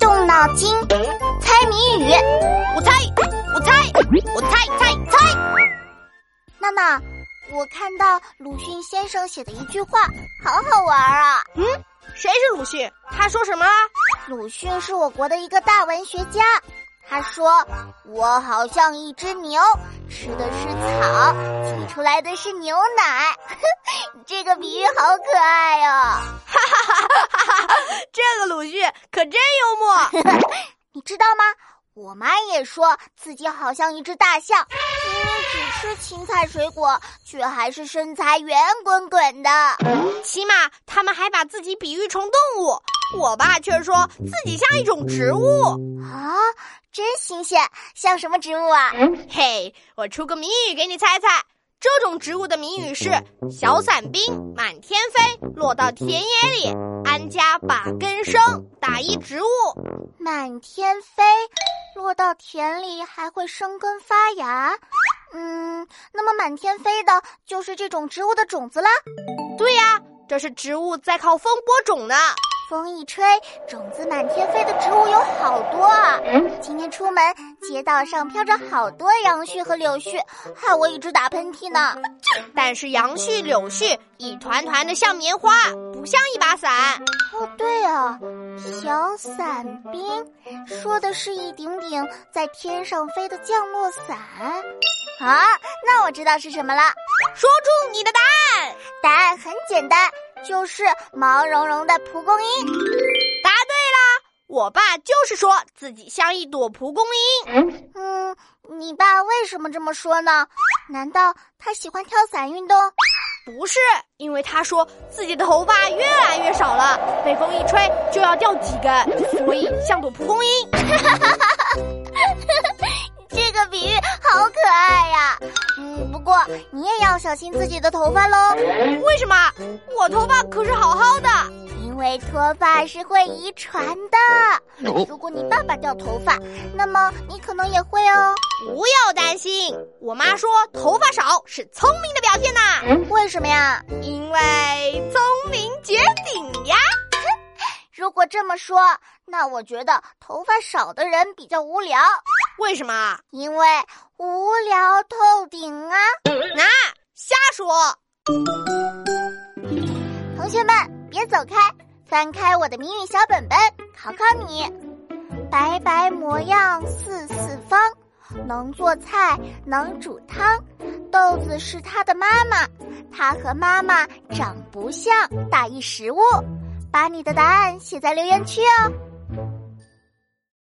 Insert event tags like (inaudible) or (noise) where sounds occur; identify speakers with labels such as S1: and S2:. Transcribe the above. S1: 动脑筋，猜谜语。
S2: 我猜，我猜，我猜猜猜。
S1: 娜娜，我看到鲁迅先生写的一句话，好好玩啊！
S2: 嗯，谁是鲁迅？他说什么？
S1: 鲁迅是我国的一个大文学家。他说：“我好像一只牛，吃的是草，挤出来的是牛奶。” (laughs) 这个比喻好可爱哦！
S2: 哈哈哈哈哈！这个鲁迅可真幽
S1: 默。你知道吗？我妈也说自己好像一只大象，明明只吃青菜水果，却还是身材圆滚滚的。啊
S2: 起码他们还把自己比喻成动物。我爸却说自己像一种植物
S1: 啊，真新鲜！像什么植物啊？
S2: 嘿，我出个谜语给你猜猜。这种植物的谜语是：小伞兵满天飞，落到田野里，安家把根生，打一植物。
S1: 满天飞，落到田里还会生根发芽。嗯，那么满天飞的就是这种植物的种子啦。
S2: 对呀、啊，这是植物在靠风播种呢。
S1: 风一吹，种子满天飞的植物有好多啊！今天出门，街道上飘着好多杨絮和柳絮，害我一直打喷嚏呢。
S2: 但是杨絮、柳絮一团团的，像棉花，不像一把伞。
S1: 哦，对啊，小伞兵说的是一顶顶在天上飞的降落伞。啊，那我知道是什么了。
S2: 说出你的答案。
S1: 答案很简单。就是毛茸茸的蒲公英，
S2: 答对啦！我爸就是说自己像一朵蒲公
S1: 英。嗯，你爸为什么这么说呢？难道他喜欢跳伞运动？
S2: 不是，因为他说自己的头发越来越少了，被风一吹就要掉几根，所以像朵蒲公英。
S1: 这个比喻好可爱呀、啊！嗯，不过你也要小心自己的头发喽。
S2: 为什么？我头发可是好好的。
S1: 因为脱发是会遗传的。如果你爸爸掉头发，那么你可能也会哦。
S2: 不要担心，我妈说头发少是聪明的表现呐。
S1: 为什么呀？
S2: 因为聪明绝顶呀。
S1: 如果这么说，那我觉得头发少的人比较无聊。
S2: 为什么？
S1: 因为无聊透顶啊！
S2: 那、啊、瞎说。
S1: 同学们，别走开，翻开我的谜语小本本，考考你：白白模样四四方，能做菜，能煮汤。豆子是它的妈妈，它和妈妈长不像，打一食物。把你的答案写在留言区哦。